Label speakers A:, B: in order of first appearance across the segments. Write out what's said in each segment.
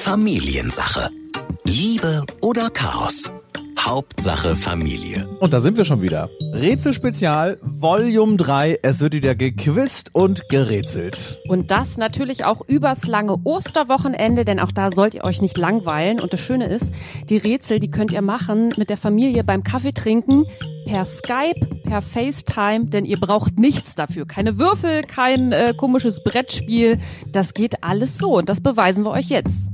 A: Familiensache. Liebe oder Chaos? Hauptsache Familie.
B: Und da sind wir schon wieder. Rätselspezial Volume 3. Es wird wieder gequizt und gerätselt.
C: Und das natürlich auch übers lange Osterwochenende, denn auch da sollt ihr euch nicht langweilen. Und das Schöne ist, die Rätsel, die könnt ihr machen mit der Familie beim Kaffee trinken, per Skype, per FaceTime, denn ihr braucht nichts dafür. Keine Würfel, kein äh, komisches Brettspiel. Das geht alles so und das beweisen wir euch jetzt.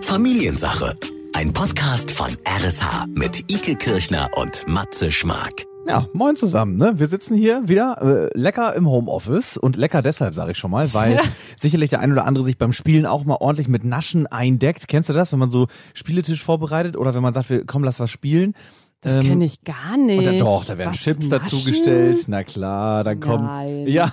A: Familiensache. Ein Podcast von RSH mit Ike Kirchner und Matze Schmark.
B: Ja, moin zusammen. Ne? Wir sitzen hier wieder äh, lecker im Homeoffice und lecker deshalb, sage ich schon mal, weil sicherlich der ein oder andere sich beim Spielen auch mal ordentlich mit Naschen eindeckt. Kennst du das, wenn man so Spieletisch vorbereitet oder wenn man sagt, wir, komm, lass was spielen?
C: Das
B: Ähm,
C: kenne ich gar nicht.
B: Und dann, doch, da werden
C: Was,
B: Chips
C: Maschen?
B: dazugestellt. Na klar, dann kommen.
C: Nein.
B: Ja.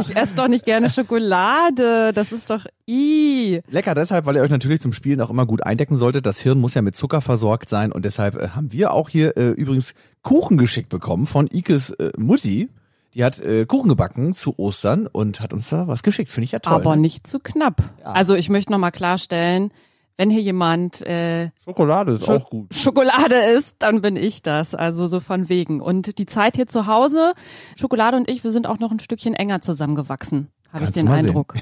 C: Ich esse doch nicht gerne Schokolade. Das ist doch i.
B: Lecker deshalb, weil ihr euch natürlich zum Spielen auch immer gut eindecken solltet. Das Hirn muss ja mit Zucker versorgt sein und deshalb äh, haben wir auch hier äh, übrigens Kuchen geschickt bekommen von Ikes äh, Mutti. Die hat äh, Kuchen gebacken zu Ostern und hat uns da was geschickt. Finde ich ja toll.
C: Aber
B: ne?
C: nicht zu knapp. Also ich möchte nochmal klarstellen, wenn hier jemand äh,
B: Schokolade ist auch gut.
C: Schokolade isst, dann bin ich das. Also so von wegen. Und die Zeit hier zu Hause, Schokolade und ich, wir sind auch noch ein Stückchen enger zusammengewachsen. Habe ich
B: Kannst
C: den
B: du mal sehen.
C: Eindruck.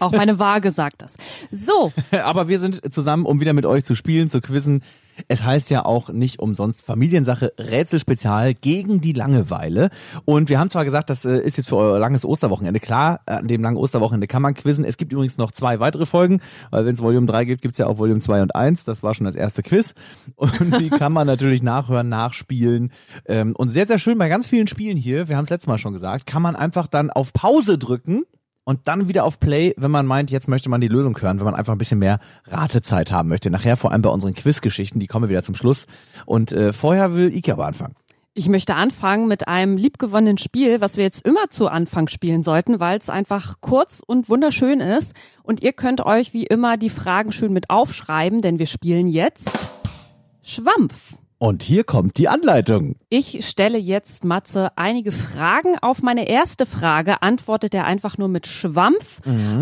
C: Auch meine Waage sagt das. So,
B: Aber wir sind zusammen, um wieder mit euch zu spielen, zu quizzen. Es heißt ja auch nicht umsonst Familiensache Rätselspezial gegen die Langeweile. Und wir haben zwar gesagt, das äh, ist jetzt für euer langes Osterwochenende. Klar, an dem langen Osterwochenende kann man quizzen. Es gibt übrigens noch zwei weitere Folgen, weil wenn es Volume 3 gibt, gibt es ja auch Volume 2 und 1. Das war schon das erste Quiz. Und die kann man natürlich nachhören, nachspielen. Ähm, Und sehr, sehr schön bei ganz vielen Spielen hier, wir haben es letztes Mal schon gesagt, kann man einfach dann auf Pause drücken und dann wieder auf Play, wenn man meint, jetzt möchte man die Lösung hören, wenn man einfach ein bisschen mehr Ratezeit haben möchte. Nachher vor allem bei unseren Quizgeschichten, die kommen wir wieder zum Schluss. Und äh, vorher will Ike aber anfangen.
C: Ich möchte anfangen mit einem liebgewonnenen Spiel, was wir jetzt immer zu Anfang spielen sollten, weil es einfach kurz und wunderschön ist. Und ihr könnt euch wie immer die Fragen schön mit aufschreiben, denn wir spielen jetzt Schwampf.
B: Und hier kommt die Anleitung.
C: Ich stelle jetzt Matze einige Fragen. Auf meine erste Frage antwortet er einfach nur mit Schwampf.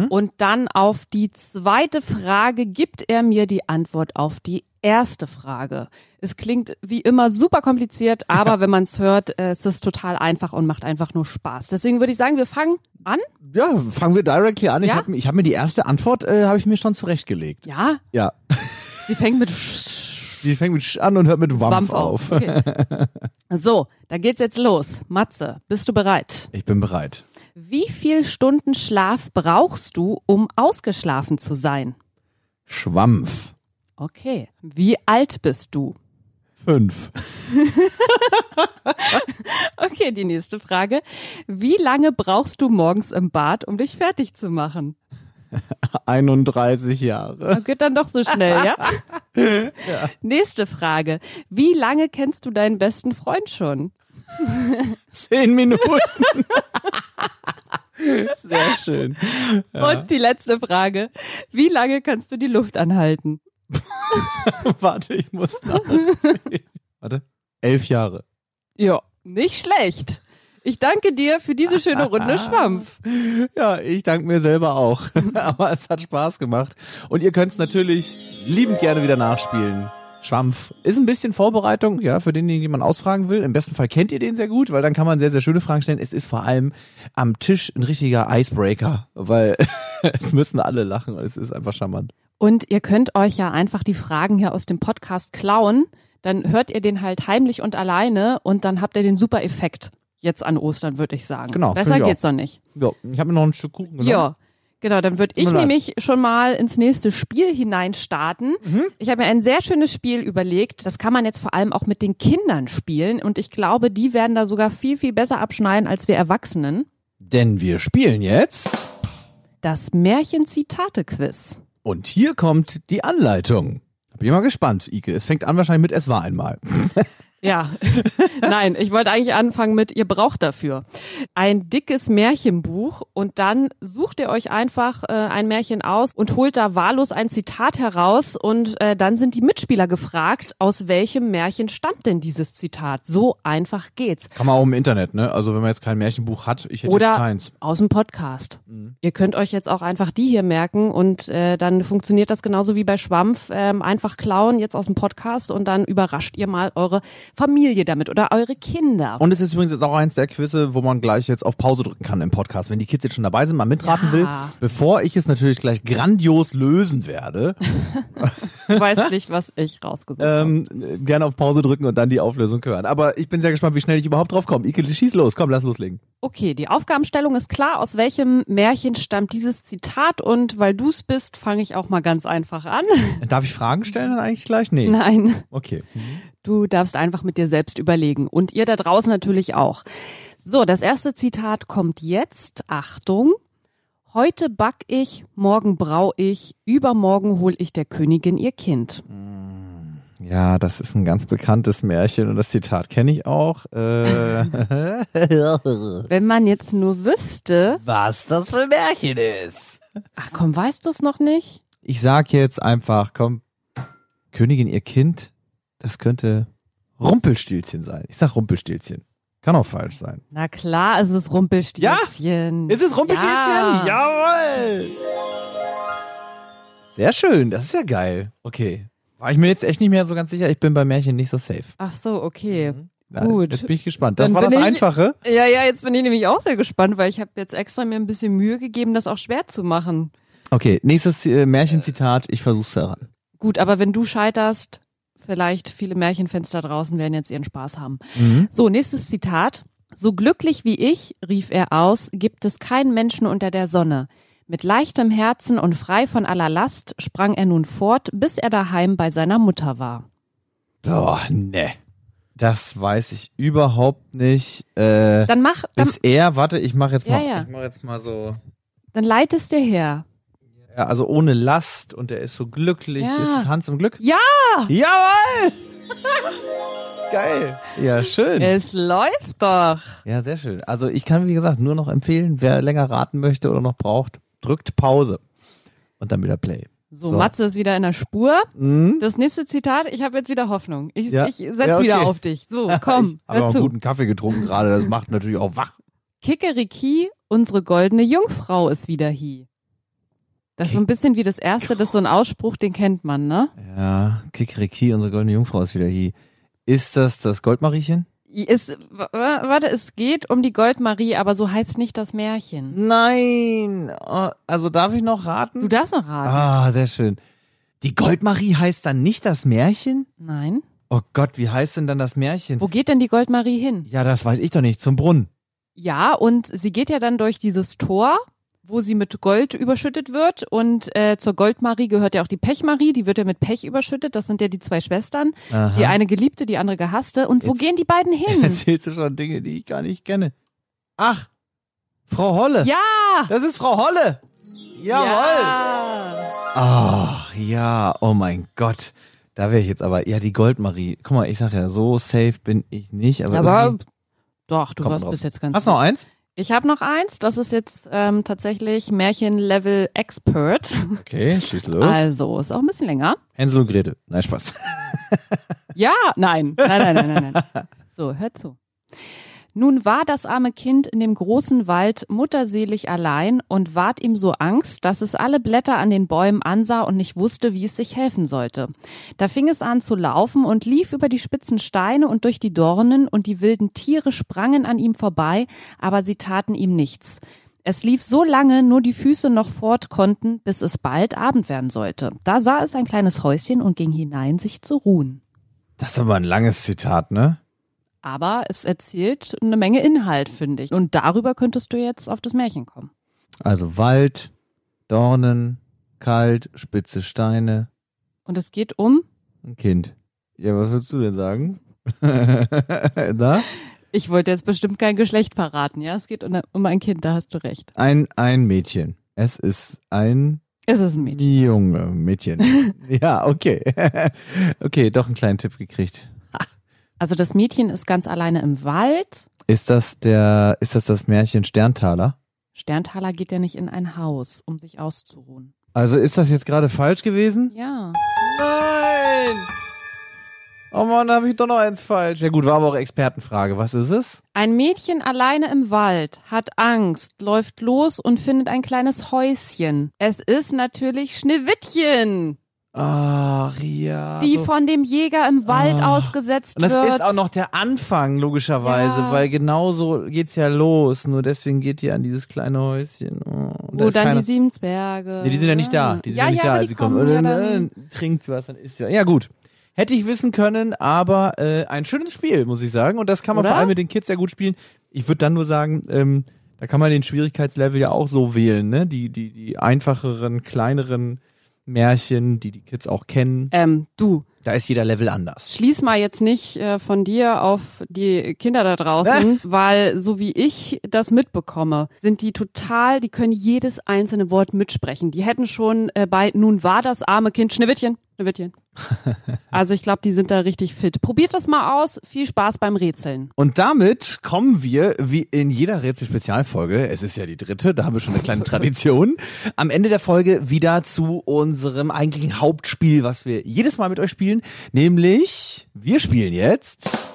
C: Und dann auf die zweite Frage gibt er mir die Antwort auf die erste Frage. Es klingt wie immer super kompliziert, aber wenn man es hört, äh, es ist total einfach und macht einfach nur Spaß. Deswegen würde ich sagen, wir fangen an.
B: Ja, fangen wir directly an. Ich
C: Ja?
B: habe ich hab mir die erste Antwort, äh, habe ich mir schon zurechtgelegt.
C: Ja,
B: Ja.
C: sie fängt mit Sch
B: Die fängt mit Sch an und hört mit Wampf,
C: Schwampf
B: auf.
C: auf. Okay. So, da geht's jetzt los. Matze, bist du bereit?
B: Ich bin bereit.
C: Wie viel Stunden Schlaf brauchst du, um ausgeschlafen zu sein?
B: Schwampf.
C: Okay. Wie alt bist du?
B: Fünf.
C: Okay, die nächste Frage. Wie lange brauchst du morgens im Bad, um dich fertig zu machen?
B: 31 Jahre.
C: Das geht dann doch so schnell, ja? Nächste Frage. Wie lange kennst du deinen besten Freund schon?
B: Zehn Minuten. Sehr schön.
C: Und die letzte Frage. Wie lange kannst du die Luft anhalten?
B: Warte, ich muss Warte. Elf Jahre.
C: Ja, nicht schlecht. Ich danke dir für diese schöne Runde Schwampf.
B: Ja, ich danke mir selber auch. Aber es hat Spaß gemacht. Und ihr könnt es natürlich liebend gerne wieder nachspielen. Schwampf. Ist ein bisschen Vorbereitung, ja, für denjenigen, den man ausfragen will. Im besten Fall kennt ihr den sehr gut, weil dann kann man sehr, sehr schöne Fragen stellen. Es ist vor allem am Tisch ein richtiger Icebreaker, weil es müssen alle lachen und es ist einfach charmant.
C: Und ihr könnt euch ja einfach die Fragen hier aus dem Podcast klauen. Dann hört ihr den halt heimlich und alleine und dann habt ihr den super Effekt jetzt an Ostern, würde ich sagen.
B: Genau,
C: Besser
B: find ich
C: geht's doch nicht.
B: Ja, ich habe mir noch ein Stück Kuchen genommen.
C: Ja. Genau, dann würde ich
B: Tut mir leid.
C: nämlich schon mal ins nächste Spiel hineinstarten.
B: Mhm.
C: Ich habe mir ein sehr schönes Spiel überlegt. Das kann man jetzt vor allem auch mit den Kindern spielen. Und ich glaube, die werden da sogar viel, viel besser abschneiden als wir Erwachsenen.
B: Denn wir spielen jetzt.
C: Das Märchen-Zitate-Quiz.
B: Und hier kommt die Anleitung. Bin ich mal gespannt, Ike. Es fängt an wahrscheinlich mit Es war einmal.
C: Ja, nein, ich wollte eigentlich anfangen mit, ihr braucht dafür ein dickes Märchenbuch und dann sucht ihr euch einfach äh, ein Märchen aus und holt da wahllos ein Zitat heraus und äh, dann sind die Mitspieler gefragt, aus welchem Märchen stammt denn dieses Zitat? So einfach geht's.
B: Kann man auch im Internet, ne? Also wenn man jetzt kein Märchenbuch hat, ich hätte jetzt
C: Oder
B: keins.
C: aus dem Podcast. Ihr könnt euch jetzt auch einfach die hier merken und äh, dann funktioniert das genauso wie bei Schwampf. Ähm, einfach klauen jetzt aus dem Podcast und dann überrascht ihr mal eure Familie damit oder eure Kinder.
B: Und es ist übrigens jetzt auch eins der Quizze, wo man gleich jetzt auf Pause drücken kann im Podcast, wenn die Kids jetzt schon dabei sind, mal mitraten
C: Ja.
B: will, bevor ich es natürlich gleich grandios lösen werde.
C: Du weißt nicht, was ich rausgesucht habe.
B: ähm, äh, gerne auf Pause drücken und dann die Auflösung hören. Aber ich bin sehr gespannt, wie schnell ich überhaupt drauf komme. Ike, schieß los. Komm, lass loslegen.
C: Okay, die Aufgabenstellung ist klar. Aus welchem Märchen stammt dieses Zitat? Und weil du's bist, fange ich auch mal ganz einfach an.
B: Darf ich Fragen stellen dann eigentlich gleich? Nee.
C: Nein.
B: Okay.
C: Du darfst einfach mit dir selbst überlegen und ihr da draußen natürlich auch. So, das erste Zitat kommt jetzt. Achtung. Heute back ich, morgen brau ich, übermorgen hol ich der Königin ihr Kind.
B: Mhm. Ja, das ist ein ganz bekanntes Märchen und das Zitat kenne ich auch. Äh,
C: Wenn man jetzt nur wüsste,
B: Was das für ein Märchen ist.
C: ach komm, weißt du es noch nicht?
B: Ich sag jetzt einfach, komm, Königin, ihr Kind, das könnte Rumpelstilzchen sein. Ich sag Rumpelstilzchen. Kann auch falsch sein.
C: Na klar, es ist Rumpelstilzchen. Ja.
B: Jawohl! Sehr schön, das ist ja geil. Okay. War ich mir jetzt echt nicht mehr so ganz sicher, ich bin bei Märchen nicht so safe.
C: Ach so, okay.
B: Na,
C: Gut.
B: Jetzt bin ich gespannt. Das
C: Dann
B: war das
C: bin ich-
B: Einfache.
C: Ja, ja, jetzt bin ich nämlich auch sehr gespannt, weil ich habe jetzt extra mir ein bisschen Mühe gegeben, das auch schwer zu machen.
B: Okay, nächstes äh, Märchenzitat, ich versuch's daran.
C: Gut, aber wenn du scheiterst, vielleicht viele Märchenfans da draußen werden jetzt ihren Spaß haben.
B: Mhm.
C: So, nächstes Zitat. So glücklich wie ich, rief er aus, gibt es keinen Menschen unter der Sonne. Mit leichtem Herzen und frei von aller Last sprang er nun fort, bis er daheim bei seiner Mutter war.
B: Boah, ne. Das weiß ich überhaupt nicht. Äh,
C: Dann mach, dann,
B: ist er, warte, ich mache jetzt
C: Ja,
B: mal.
C: ja.
B: Ich mache jetzt mal so.
C: dann leitest dir her.
B: Ja, also ohne Last und er ist so glücklich.
C: Ja.
B: Ist es Hans im Glück?
C: Ja!
B: Jawohl! Geil. Ja, schön.
C: Es läuft doch.
B: Ja, sehr schön. Also ich kann, wie gesagt, nur noch empfehlen, wer länger raten möchte oder noch braucht, drückt Pause. Und dann wieder Play.
C: So,
B: So.
C: Matze ist wieder in der Spur.
B: Mhm.
C: Das nächste Zitat, ich habe jetzt wieder Hoffnung. Ich,
B: Ja.
C: ich setze
B: Ja, okay.
C: wieder auf dich. So, komm,
B: Aber
C: hör
B: einen
C: zu.
B: guten Kaffee getrunken gerade, das macht natürlich auch wach.
C: Kikeriki, unsere goldene Jungfrau ist wieder hie. Das ist so ein bisschen wie das erste, das ist so ein Ausspruch, den kennt man, ne?
B: Ja, Kikriki, unsere goldene Jungfrau ist wieder hier. Ist das das Goldmariechen?
C: Ist, w- w- warte, es geht um die Goldmarie, aber so heißt nicht das Märchen.
B: Nein. Oh, Also darf ich noch raten?
C: Du darfst noch raten.
B: ah, sehr schön. Die Goldmarie heißt dann nicht das Märchen?
C: Nein.
B: Oh Gott, wie heißt denn dann das Märchen?
C: Wo geht denn die Goldmarie hin?
B: Ja, das weiß ich doch nicht. Zum Brunnen.
C: Ja, und sie geht ja dann durch dieses Tor, wo sie mit Gold überschüttet wird. Und äh, zur Goldmarie gehört ja auch die Pechmarie, die wird ja mit Pech überschüttet. Das sind ja die zwei Schwestern.
B: Aha.
C: Die eine geliebte, die andere gehasste. Und wo
B: Jetzt-
C: gehen die beiden hin?
B: Erzählst du schon Dinge, die ich gar nicht kenne. Ach, Frau Holle.
C: Ja!
B: Das ist Frau Holle. Jawohl.
C: Ja.
B: Ach, ja. Oh mein Gott. Da wäre ich jetzt aber, ja, die Goldmarie. Guck mal, ich sag ja, so safe bin ich nicht, aber.
C: Aber
B: irgendwie-
C: doch, du
B: Kommt
C: warst
B: drauf.
C: bis jetzt ganz
B: Hast du noch eins?
C: Ich habe noch eins, das ist jetzt ähm, tatsächlich Märchen-Level Expert.
B: Okay, schieß los.
C: Also, ist auch ein bisschen länger.
B: Hänsel und Gretel. Nein, Spaß.
C: Ja, nein, nein, nein, nein, nein. nein. So, hör zu. Nun war das arme Kind in dem großen Wald mutterselig allein und ward ihm so Angst, dass es alle Blätter an den Bäumen ansah und nicht wusste, wie es sich helfen sollte. Da fing es an zu laufen und lief über die spitzen Steine und durch die Dornen und die wilden Tiere sprangen an ihm vorbei, aber sie taten ihm nichts. Es lief so lange, nur die Füße noch fort konnten, bis es bald Abend werden sollte. Da sah es ein kleines Häuschen und ging hinein, sich zu ruhen.
B: Das ist aber ein langes Zitat, ne?
C: Aber es erzählt eine Menge Inhalt, finde ich. Und darüber könntest du jetzt auf das Märchen kommen.
B: Also Wald, Dornen, kalt, spitze Steine,
C: Und es geht um,
B: ein Kind. Ja, was würdest du denn sagen? da?
C: ich wollte jetzt bestimmt kein Geschlecht verraten, ja? Es geht um, um ein Kind, da hast du recht.
B: Ein, ein Mädchen. Es ist ein
C: Es ist ein Mädchen.
B: junge Mädchen. ja, okay. okay, doch einen kleinen Tipp gekriegt. Ha,
C: Also das Mädchen ist ganz alleine im Wald.
B: Ist das der, ist das das Märchen Sterntaler?
C: Sterntaler geht ja nicht in ein Haus, um sich auszuruhen.
B: Also ist das jetzt gerade falsch gewesen?
C: Ja.
B: Nein! Oh Mann, da habe ich doch noch eins falsch. Ja gut, war aber auch Expertenfrage. Was ist es?
C: Ein Mädchen alleine im Wald hat Angst, läuft los und findet ein kleines Häuschen. Es ist natürlich Schneewittchen,
B: Ach ja.
C: die
B: so-
C: von dem Jäger im Wald
B: Also Ah.
C: ausgesetzt
B: Und das
C: wird.
B: ist auch noch der Anfang, logischerweise,
C: Ja.
B: weil genau so geht's ja los. Nur deswegen geht die an dieses kleine Häuschen. Oh, und da
C: wo
B: ist
C: dann
B: keiner-
C: die sieben Zwerge.
B: Nee, die sind ja nicht da. Die sind ja, nicht
C: aber
B: da,
C: die
B: als sie kommen.
C: ja
B: Und
C: dann-
B: dann, äh, trinkt sie was, dann isst sie. was. Ja, gut. Hätte ich wissen können, aber äh, ein schönes Spiel, muss ich sagen. Und das kann man
C: Oder?
B: vor allem mit den Kids ja gut spielen. Ich würde dann nur sagen, ähm, da kann man den Schwierigkeitslevel ja auch so wählen, ne? Die, die, die einfacheren, kleineren Märchen, die die Kids auch kennen.
C: Ähm, du,
B: Da ist jeder Level anders.
C: schließ mal jetzt nicht äh, von dir auf die Kinder da draußen, weil so wie ich das mitbekomme, sind die total, die können jedes einzelne Wort mitsprechen. Die hätten schon äh, bei nun war das arme Kind Schneewittchen, Schneewittchen. Also ich glaube, die sind da richtig fit. Probiert das mal aus. Viel Spaß beim Rätseln.
B: Und damit kommen wir, wie in jeder Rätsel-Spezialfolge, es ist ja die dritte, da haben wir schon eine kleine Tradition, am Ende der Folge wieder zu unserem eigentlichen Hauptspiel, was wir jedes Mal mit euch spielen, nämlich wir spielen jetzt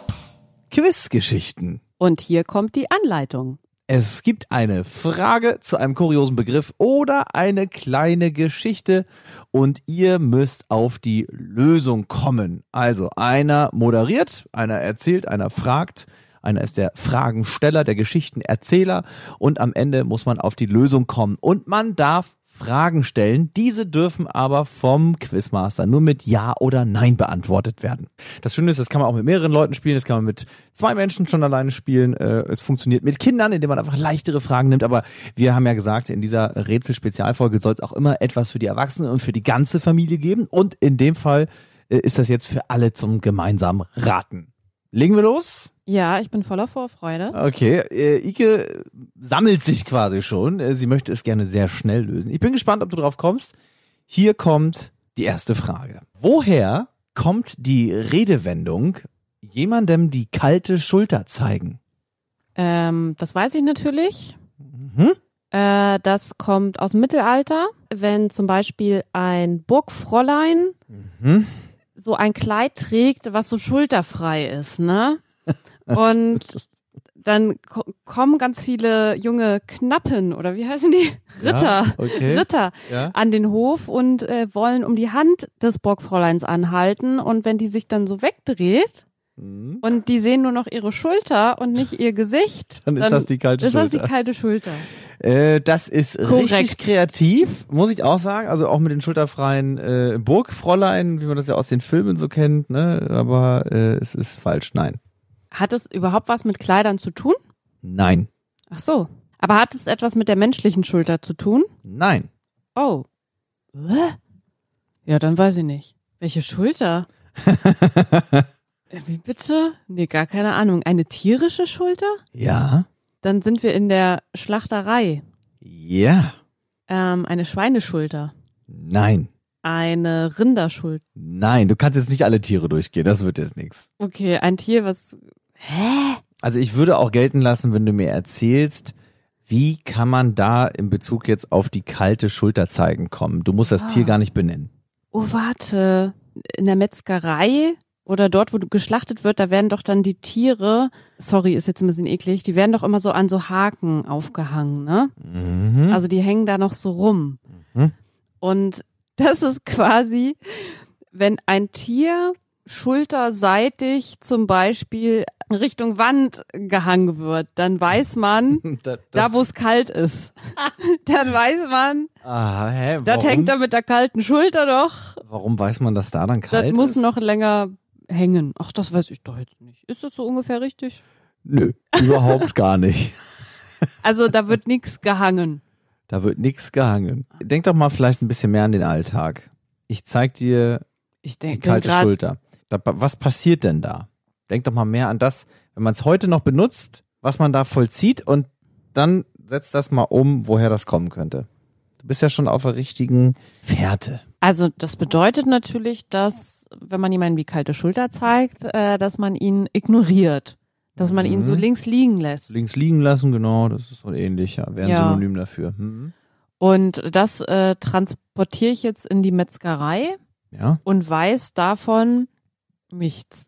B: Quizgeschichten.
C: Und hier kommt die Anleitung.
B: Es gibt eine Frage zu einem kuriosen Begriff oder eine kleine Geschichte und ihr müsst auf die Lösung kommen. Also einer moderiert, einer erzählt, einer fragt, einer ist der Fragensteller, der Geschichtenerzähler und am Ende muss man auf die Lösung kommen und man darf Fragen stellen. Diese dürfen aber vom Quizmaster nur mit Ja oder Nein beantwortet werden. Das Schöne ist, das kann man auch mit mehreren Leuten spielen, das kann man mit zwei Menschen schon alleine spielen. Äh, Es funktioniert mit Kindern, indem man einfach leichtere Fragen nimmt. Aber wir haben ja gesagt, in dieser Rätsel-Spezialfolge soll es auch immer etwas für die Erwachsenen und für die ganze Familie geben. Und in dem Fall äh, ist das jetzt für alle zum gemeinsamen Raten. Legen wir los?
C: Ja, ich bin voller Vorfreude.
B: Okay, äh, Ike sammelt sich quasi schon. Äh, Sie möchte es gerne sehr schnell lösen. Ich bin gespannt, ob du drauf kommst. Hier kommt die erste Frage. Woher kommt die Redewendung jemandem die kalte Schulter zeigen?
C: Ähm, das weiß ich natürlich.
B: Mhm.
C: Äh, das kommt aus dem Mittelalter, wenn zum Beispiel ein Burgfräulein
B: Mhm.
C: so ein Kleid trägt, was so schulterfrei ist, ne? Und dann ko kommen ganz viele junge Knappen oder wie heißen die? Ritter.
B: Ja, okay.
C: Ritter
B: Ja.
C: an den Hof und äh, wollen um die Hand des Burgfräuleins anhalten. Und wenn die sich dann so wegdreht
B: Mhm.
C: und die sehen nur noch ihre Schulter und nicht ihr Gesicht,
B: Dann ist das die kalte
C: ist das die
B: Schulter.
C: kalte Schulter.
B: Äh, das ist
C: Korrekt.
B: richtig kreativ, muss ich auch sagen. Also auch mit den schulterfreien äh, Burgfräulein, wie man das ja aus den Filmen so kennt. Ne? Aber äh, es ist falsch. Nein.
C: Hat es überhaupt was mit Kleidern zu tun?
B: Nein.
C: Ach so. Aber hat es etwas mit der menschlichen Schulter zu tun?
B: Nein.
C: Oh. Hä? Ja, dann weiß ich nicht. Welche Schulter? Äh, Wie bitte? Nee, gar keine Ahnung. Eine tierische Schulter?
B: Ja.
C: Dann sind wir in der Schlachterei.
B: Ja.
C: Ähm, eine Schweineschulter.
B: Nein.
C: Eine Rinderschulter.
B: Nein, du kannst jetzt nicht alle Tiere durchgehen, das wird jetzt nichts.
C: Okay, ein Tier, was. Hä?
B: Also ich würde auch gelten lassen, wenn du mir erzählst, wie kann man da in Bezug jetzt auf die kalte Schulter zeigen kommen? Du musst das
C: Ah.
B: Tier gar nicht benennen.
C: Oh, warte. In der Metzgerei oder dort, wo du geschlachtet wird, da werden doch dann die Tiere, sorry, ist jetzt ein bisschen eklig, die werden doch immer so an so Haken aufgehangen, ne?
B: Mhm.
C: Also die hängen da noch so rum.
B: Mhm.
C: Und das ist quasi, wenn ein Tier schulterseitig zum Beispiel Richtung Wand gehangen wird, dann weiß man,
B: Also, Da,
C: da wo es kalt ist, dann weiß man,
B: ah, hä, warum,
C: das hängt da mit der kalten Schulter doch.
B: warum weiß man, dass da dann kalt
C: Das muss
B: ist?
C: noch länger hängen. Ach, das weiß ich doch jetzt nicht. Ist das so ungefähr richtig?
B: Nö, überhaupt gar nicht.
C: Also da wird nichts gehangen.
B: Da wird nichts gehangen. Denk doch mal vielleicht ein bisschen mehr an den Alltag. Ich zeig dir
C: Ich
B: Die
C: denke
B: kalte
C: gerade
B: Schulter. Da, pa- was passiert denn da? Denk doch mal mehr an das, wenn man es heute noch benutzt, was man da vollzieht und dann setzt das mal um, woher das kommen könnte. Du bist ja schon auf der richtigen Fährte.
C: Also das bedeutet natürlich, dass wenn man jemanden die kalte Schulter zeigt, äh, dass man ihn ignoriert, dass man ihn so
B: Mhm.
C: links liegen lässt.
B: Links liegen lassen, genau, das ist so ähnlich, ja, wäre ein
C: Ja.
B: Synonym dafür. Mhm.
C: Und das äh, transportiere ich jetzt in die Metzgerei
B: Ja.
C: und weiß davon nichts.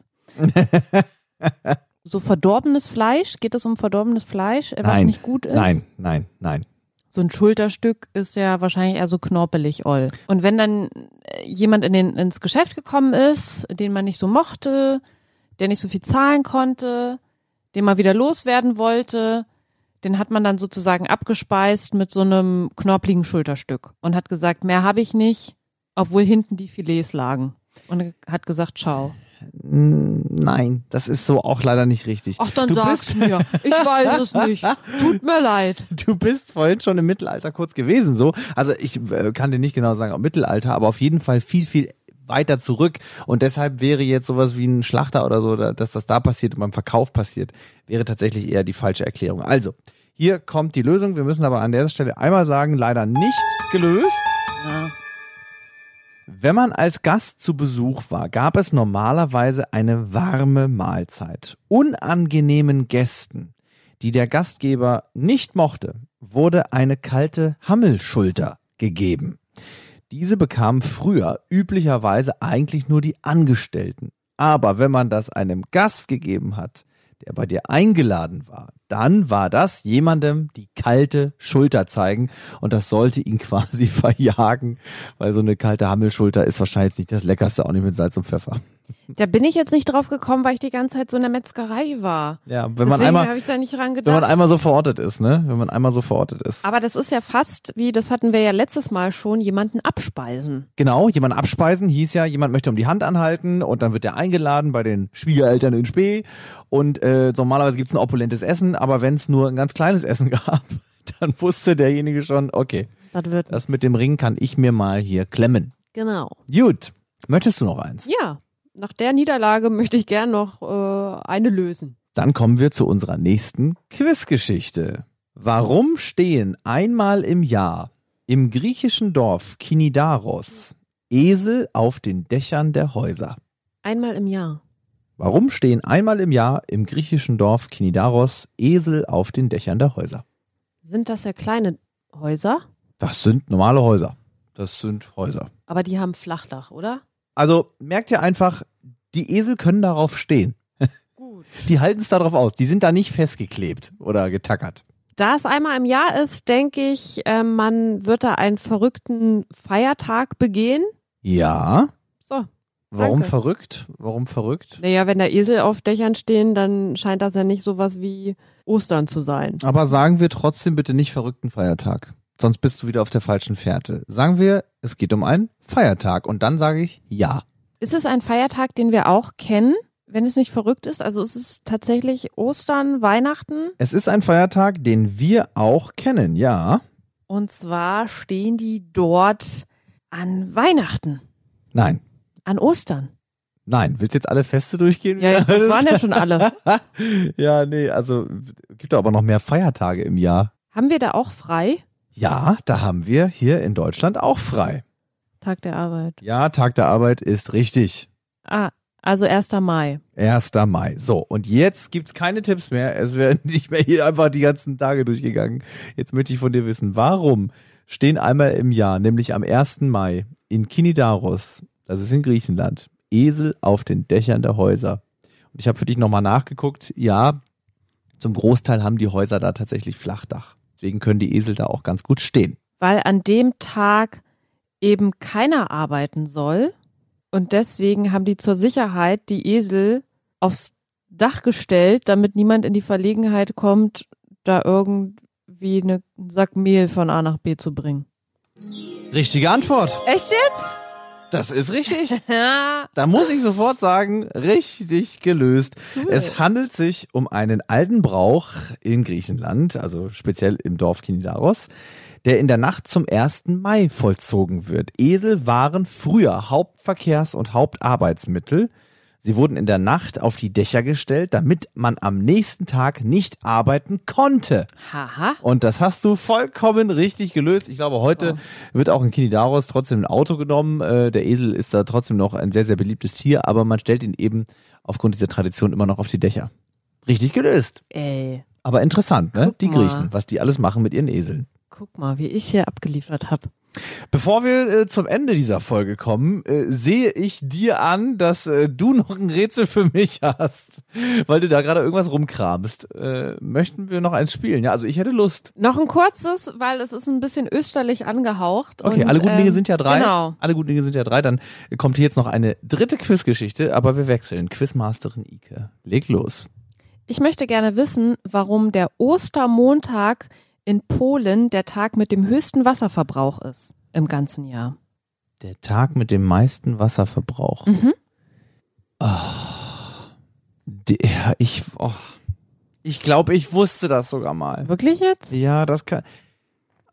C: so verdorbenes Fleisch, geht es um verdorbenes Fleisch, äh, was
B: Nein.
C: nicht gut ist?
B: Nein, nein, nein.
C: So ein Schulterstück ist ja wahrscheinlich eher so knorpelig oll. Und wenn dann äh, jemand in den, ins Geschäft gekommen ist, den man nicht so mochte, der nicht so viel zahlen konnte, den man wieder loswerden wollte, den hat man dann sozusagen abgespeist mit so einem knorpeligen Schulterstück und hat gesagt, mehr habe ich nicht, obwohl hinten die Filets lagen. Und hat gesagt, ciao.
B: Nein, das ist so auch leider nicht richtig.
C: Ach, dann
B: du
C: sag's
B: bist,
C: mir. Ich weiß es nicht. Tut mir leid.
B: Du bist vorhin schon im Mittelalter kurz gewesen, so. Also ich äh, kann dir nicht genau sagen, ob Mittelalter, aber auf jeden Fall viel, viel weiter zurück. Und deshalb wäre jetzt sowas wie ein Schlachter oder so, da- dass das da passiert und beim Verkauf passiert, wäre tatsächlich eher die falsche Erklärung. Also, hier kommt die Lösung. Wir müssen aber an der Stelle einmal sagen, leider nicht gelöst.
C: Ja.
B: Wenn man als Gast zu Besuch war, gab es normalerweise eine warme Mahlzeit. Unangenehmen Gästen, die der Gastgeber nicht mochte, wurde eine kalte Hammelschulter gegeben. Diese bekamen früher üblicherweise eigentlich nur die Angestellten. Aber wenn man das einem Gast gegeben hat, der bei dir eingeladen war, dann war das jemandem die kalte Schulter zeigen und das sollte ihn quasi verjagen, weil so eine kalte Hammelschulter ist wahrscheinlich nicht das Leckerste, auch nicht mit Salz und Pfeffer.
C: Da bin ich jetzt nicht drauf gekommen, weil ich die ganze Zeit so in der Metzgerei war.
B: Ja, wenn man
C: Deswegen
B: einmal,
C: habe ich da nicht dran
B: wenn
C: gedacht.
B: man einmal so verortet ist, ne? Wenn man einmal so verortet ist.
C: aber das ist ja fast wie, das hatten wir ja letztes Mal schon, jemanden abspeisen.
B: Genau, jemand abspeisen hieß ja, jemand möchte um die Hand anhalten und dann wird er eingeladen bei den Schwiegereltern in Spee und äh, normalerweise gibt's ein opulentes Essen, aber wenn's nur ein ganz kleines Essen gab, dann wusste derjenige schon, okay,
C: Das wird
B: das mit dem Ring kann ich mir mal hier klemmen.
C: genau.
B: Gut, möchtest du noch eins?
C: Ja, nach der Niederlage möchte ich gern noch äh, eine lösen.
B: Dann kommen wir zu unserer nächsten Quizgeschichte. Warum stehen einmal im Jahr im griechischen Dorf Kinidaros Esel auf den Dächern der Häuser?
C: Einmal im Jahr.
B: Warum stehen einmal im Jahr im griechischen Dorf Kinidaros Esel auf den Dächern der Häuser?
C: Sind das ja kleine Häuser,
B: Das sind normale Häuser. Das sind Häuser.
C: aber die haben Flachdach, oder?
B: Also merkt ihr einfach, die Esel können darauf stehen.
C: Gut.
B: Die halten es darauf aus. Die sind da nicht festgeklebt oder getackert.
C: Da es einmal im Jahr ist, denke ich, äh, man wird da einen verrückten Feiertag begehen.
B: Ja.
C: So.
B: Warum
C: Danke.
B: verrückt? Warum verrückt?
C: Naja, wenn da Esel auf Dächern stehen, dann scheint das ja nicht sowas wie Ostern zu sein.
B: Aber sagen wir trotzdem bitte nicht verrückten Feiertag. Sonst bist du wieder auf der falschen Fährte. Sagen wir, es geht um einen Feiertag. Und dann sage ich ja.
C: Ist es ein Feiertag, den wir auch kennen, wenn es nicht verrückt ist? Also ist es tatsächlich Ostern, Weihnachten?
B: Es ist ein Feiertag, den wir auch kennen, ja.
C: Und zwar stehen die dort an Weihnachten,
B: Nein.
C: an Ostern.
B: Nein. Willst du jetzt alle Feste durchgehen?
C: Ja, jetzt, das waren ja schon alle.
B: ja, nee, also gibt da aber noch mehr Feiertage im Jahr.
C: Haben wir da auch frei?
B: Ja, da haben wir hier in Deutschland auch frei.
C: Tag der Arbeit.
B: Ja, Tag der Arbeit ist richtig.
C: Ah, also 1. Mai.
B: 1. Mai. So, und jetzt gibt's keine Tipps mehr. Es werden nicht mehr hier einfach die ganzen Tage durchgegangen. Jetzt möchte ich von dir wissen, warum stehen einmal im Jahr, nämlich am 1. Mai, in Kinidaros, das ist in Griechenland, Esel auf den Dächern der Häuser. Und ich habe für dich nochmal nachgeguckt. Ja, zum Großteil haben die Häuser da tatsächlich Flachdach. Deswegen können die Esel da auch ganz gut stehen.
C: Weil an dem Tag eben keiner arbeiten soll. Und deswegen haben die zur Sicherheit die Esel aufs Dach gestellt, damit niemand in die Verlegenheit kommt, da irgendwie eine, einen Sack Mehl von A nach B zu bringen.
B: Richtige Antwort.
C: Echt jetzt?
B: Das ist richtig.
C: Ja.
B: Da muss ich sofort sagen, richtig gelöst.
C: Cool.
B: Es handelt sich um einen alten Brauch in Griechenland, also speziell im Dorf Kinidaros, der in der Nacht zum 1. Mai vollzogen wird. Esel waren früher Hauptverkehrs- und Hauptarbeitsmittel. Sie wurden in der Nacht auf die Dächer gestellt, damit man am nächsten Tag nicht arbeiten konnte.
C: Haha.
B: Und das hast du vollkommen richtig gelöst. Ich glaube, heute wird auch in Kinidaros trotzdem ein Auto genommen. Äh, der Esel ist da trotzdem noch ein sehr, sehr beliebtes Tier, aber man stellt ihn eben aufgrund dieser Tradition immer noch auf die Dächer. Richtig gelöst.
C: Ey,
B: Aber interessant, ne?
C: Guck
B: die
C: mal.
B: Griechen, was die alles machen mit ihren Eseln.
C: guck mal, wie ich hier abgeliefert habe.
B: Bevor wir äh, zum Ende dieser Folge kommen, äh, sehe ich dir an, dass äh, du noch ein Rätsel für mich hast, weil du da gerade irgendwas rumkramst. Äh, möchten wir noch eins spielen? Ja, also ich hätte Lust.
C: Noch ein kurzes, weil es ist ein bisschen österlich angehaucht.
B: Okay,
C: und,
B: alle guten
C: ähm,
B: Dinge sind ja drei.
C: Genau.
B: Alle guten Dinge sind ja drei. Dann kommt hier jetzt noch eine dritte Quizgeschichte, aber wir wechseln. Quizmasterin Ike, leg los.
C: Ich möchte gerne wissen, warum der Ostermontag in Polen der Tag mit dem höchsten Wasserverbrauch ist im ganzen Jahr.
B: Der Tag mit dem meisten Wasserverbrauch.
C: Mhm.
B: Der, ich, oh, ich glaube, ich wusste das sogar mal.
C: Wirklich jetzt?
B: Ja, das kann.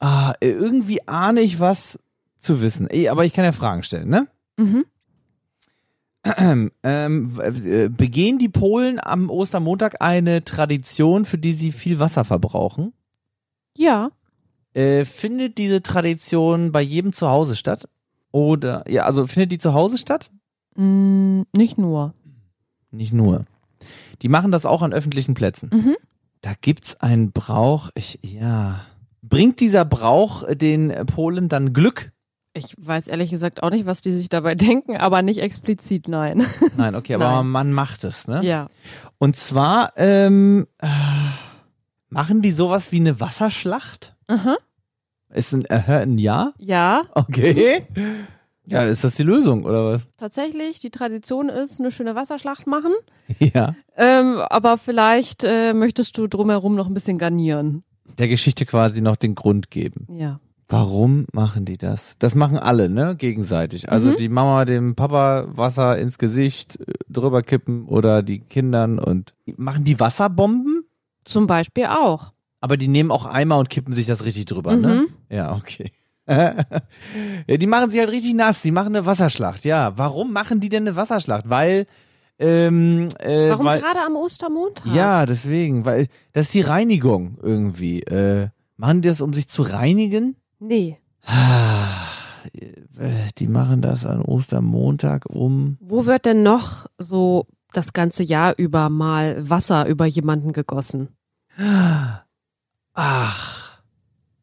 B: Ah, irgendwie ahne ich was zu wissen. Ey, aber ich kann ja Fragen stellen, ne?
C: Mhm.
B: Ähm, w- äh, begehen die Polen am Ostermontag eine Tradition, für die sie viel Wasser verbrauchen?
C: Ja.
B: Äh, findet diese Tradition bei jedem zu Hause statt? Oder, ja, also findet die zu Hause statt?
C: Mm, nicht nur.
B: Nicht nur. Die machen das auch an öffentlichen Plätzen.
C: Mhm.
B: Da gibt's einen Brauch, ich, ja. Bringt dieser Brauch den äh, Polen dann Glück?
C: Ich weiß ehrlich gesagt auch nicht, was die sich dabei denken, aber nicht explizit, nein.
B: Nein, okay, aber
C: Nein.
B: man macht es, ne?
C: Ja.
B: Und zwar ähm, äh, machen die sowas wie eine Wasserschlacht?
C: Aha.
B: Ist ein, äh, ein Ja?
C: Ja,
B: Okay.
C: Mhm.
B: Ja, ist das die Lösung, oder was?
C: tatsächlich, die Tradition ist, eine schöne Wasserschlacht machen.
B: Ja.
C: Ähm, aber vielleicht äh, möchtest du drumherum noch ein bisschen garnieren.
B: Der Geschichte quasi noch den Grund geben.
C: Ja.
B: Warum machen die das? Das machen alle, ne? Gegenseitig. Also
C: Mhm.
B: die Mama dem Papa Wasser ins Gesicht äh, drüber kippen oder die Kindern und machen die Wasserbomben?
C: Zum Beispiel auch.
B: Aber die nehmen auch Eimer und kippen sich das richtig drüber, ne?
C: Mhm.
B: Ja, okay. ja, die machen sich halt richtig nass. Die machen eine Wasserschlacht. Ja, warum machen die denn eine Wasserschlacht? Weil, ähm, äh,
C: Warum
B: weil,
C: gerade am Ostermontag?
B: ja, deswegen, weil das ist die Reinigung irgendwie. Äh, machen die das, um sich zu reinigen?
C: Nee.
B: Die machen das an Ostermontag um.
C: Wo wird denn noch so das ganze Jahr über mal Wasser über jemanden gegossen?
B: Ach,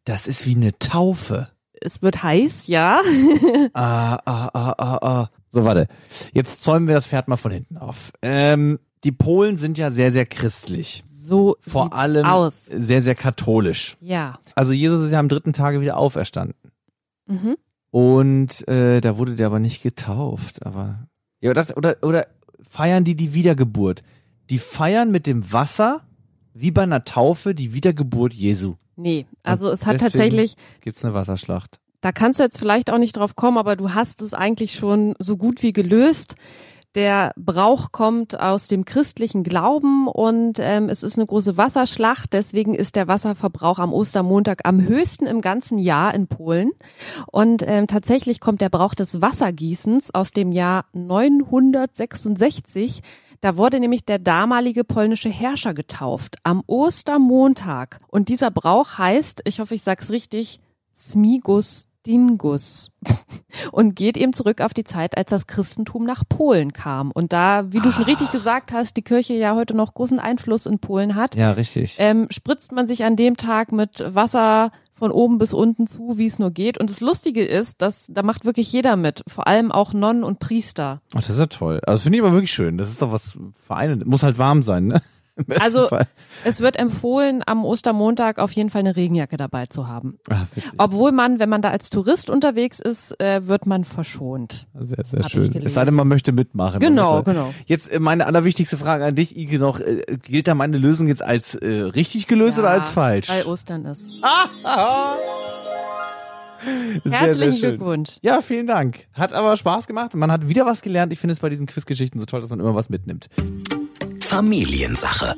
B: das ist wie eine Taufe.
C: Es wird heiß, ja.
B: Ah, ah, ah, ah, ah. So, warte. Jetzt zäumen wir das Pferd mal von hinten auf. Ähm, die Polen sind ja sehr, sehr christlich.
C: So
B: Vor
C: sieht's
B: allem
C: aus.
B: sehr, sehr katholisch.
C: Ja.
B: Also Jesus ist ja am dritten Tage wieder auferstanden.
C: Mhm.
B: Und äh, da wurde der aber nicht getauft. Aber ja, oder, oder, oder feiern die die Wiedergeburt? Die feiern mit dem Wasser, wie bei einer Taufe, die Wiedergeburt Jesu.
C: Nee, also es hat
B: deswegen-
C: tatsächlich,
B: Gibt's eine Wasserschlacht?
C: da kannst du jetzt vielleicht auch nicht drauf kommen, aber du hast es eigentlich schon so gut wie gelöst. Der Brauch kommt aus dem christlichen Glauben und ähm, es ist eine große Wasserschlacht. Deswegen ist der Wasserverbrauch am Ostermontag am höchsten im ganzen Jahr in Polen. Und ähm, tatsächlich kommt der Brauch des Wassergießens aus dem Jahr 966. Da wurde nämlich der damalige polnische Herrscher getauft am Ostermontag. Und dieser Brauch heißt, ich hoffe, ich sag's richtig, Smigus Dingus und geht eben zurück auf die Zeit, als das Christentum nach Polen kam. Und da, wie du schon richtig gesagt hast, die Kirche ja heute noch großen Einfluss in Polen hat,
B: Ja, richtig.
C: ähm, spritzt man sich an dem Tag mit Wasser von oben bis unten zu, wie es nur geht. Und das Lustige ist, dass da macht wirklich jeder mit, vor allem auch Nonnen und Priester.
B: Ach, das ist ja toll. Also das finde ich aber wirklich schön. Das ist doch was Vereinendes. Muss halt warm sein, ne? Im besten
C: Also-
B: Fall.
C: Es wird empfohlen, am Ostermontag auf jeden Fall eine Regenjacke dabei zu haben.
B: Ah, witzig.
C: Obwohl man, wenn man da als Tourist unterwegs ist, äh, wird man verschont.
B: sehr, sehr
C: hab ich
B: schön. Es sei denn, man möchte mitmachen.
C: Genau,
B: Dann ist-
C: genau.
B: Jetzt äh, meine allerwichtigste Frage an dich, Ike, noch. Äh, gilt da meine Lösung jetzt als äh, richtig gelöst oder als falsch?
C: Weil Ostern ist.
B: Sehr,
C: Herzlichen
B: sehr schön.
C: Glückwunsch.
B: Ja, vielen Dank. Hat aber Spaß gemacht. Man hat wieder was gelernt. Ich finde es bei diesen Quizgeschichten so toll, dass man immer was mitnimmt.
A: Familiensache.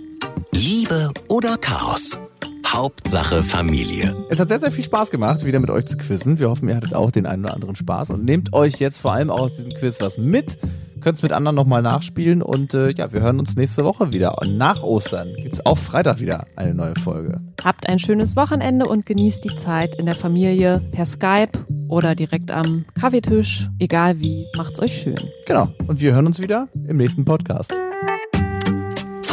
A: Liebe oder Chaos? Hauptsache Familie.
B: Es hat sehr, sehr viel Spaß gemacht, wieder mit euch zu quizzen. Wir hoffen, ihr hattet auch den einen oder anderen Spaß und nehmt euch jetzt vor allem auch aus diesem Quiz was mit. könnt's mit anderen nochmal nachspielen. Und äh, ja, wir hören uns nächste Woche wieder. Und nach Ostern gibt's auch Freitag wieder eine neue Folge.
C: Habt ein schönes Wochenende und genießt die Zeit in der Familie per Skype oder direkt am Kaffeetisch. Egal wie, macht's euch schön.
B: Genau. Und wir hören uns wieder im nächsten Podcast.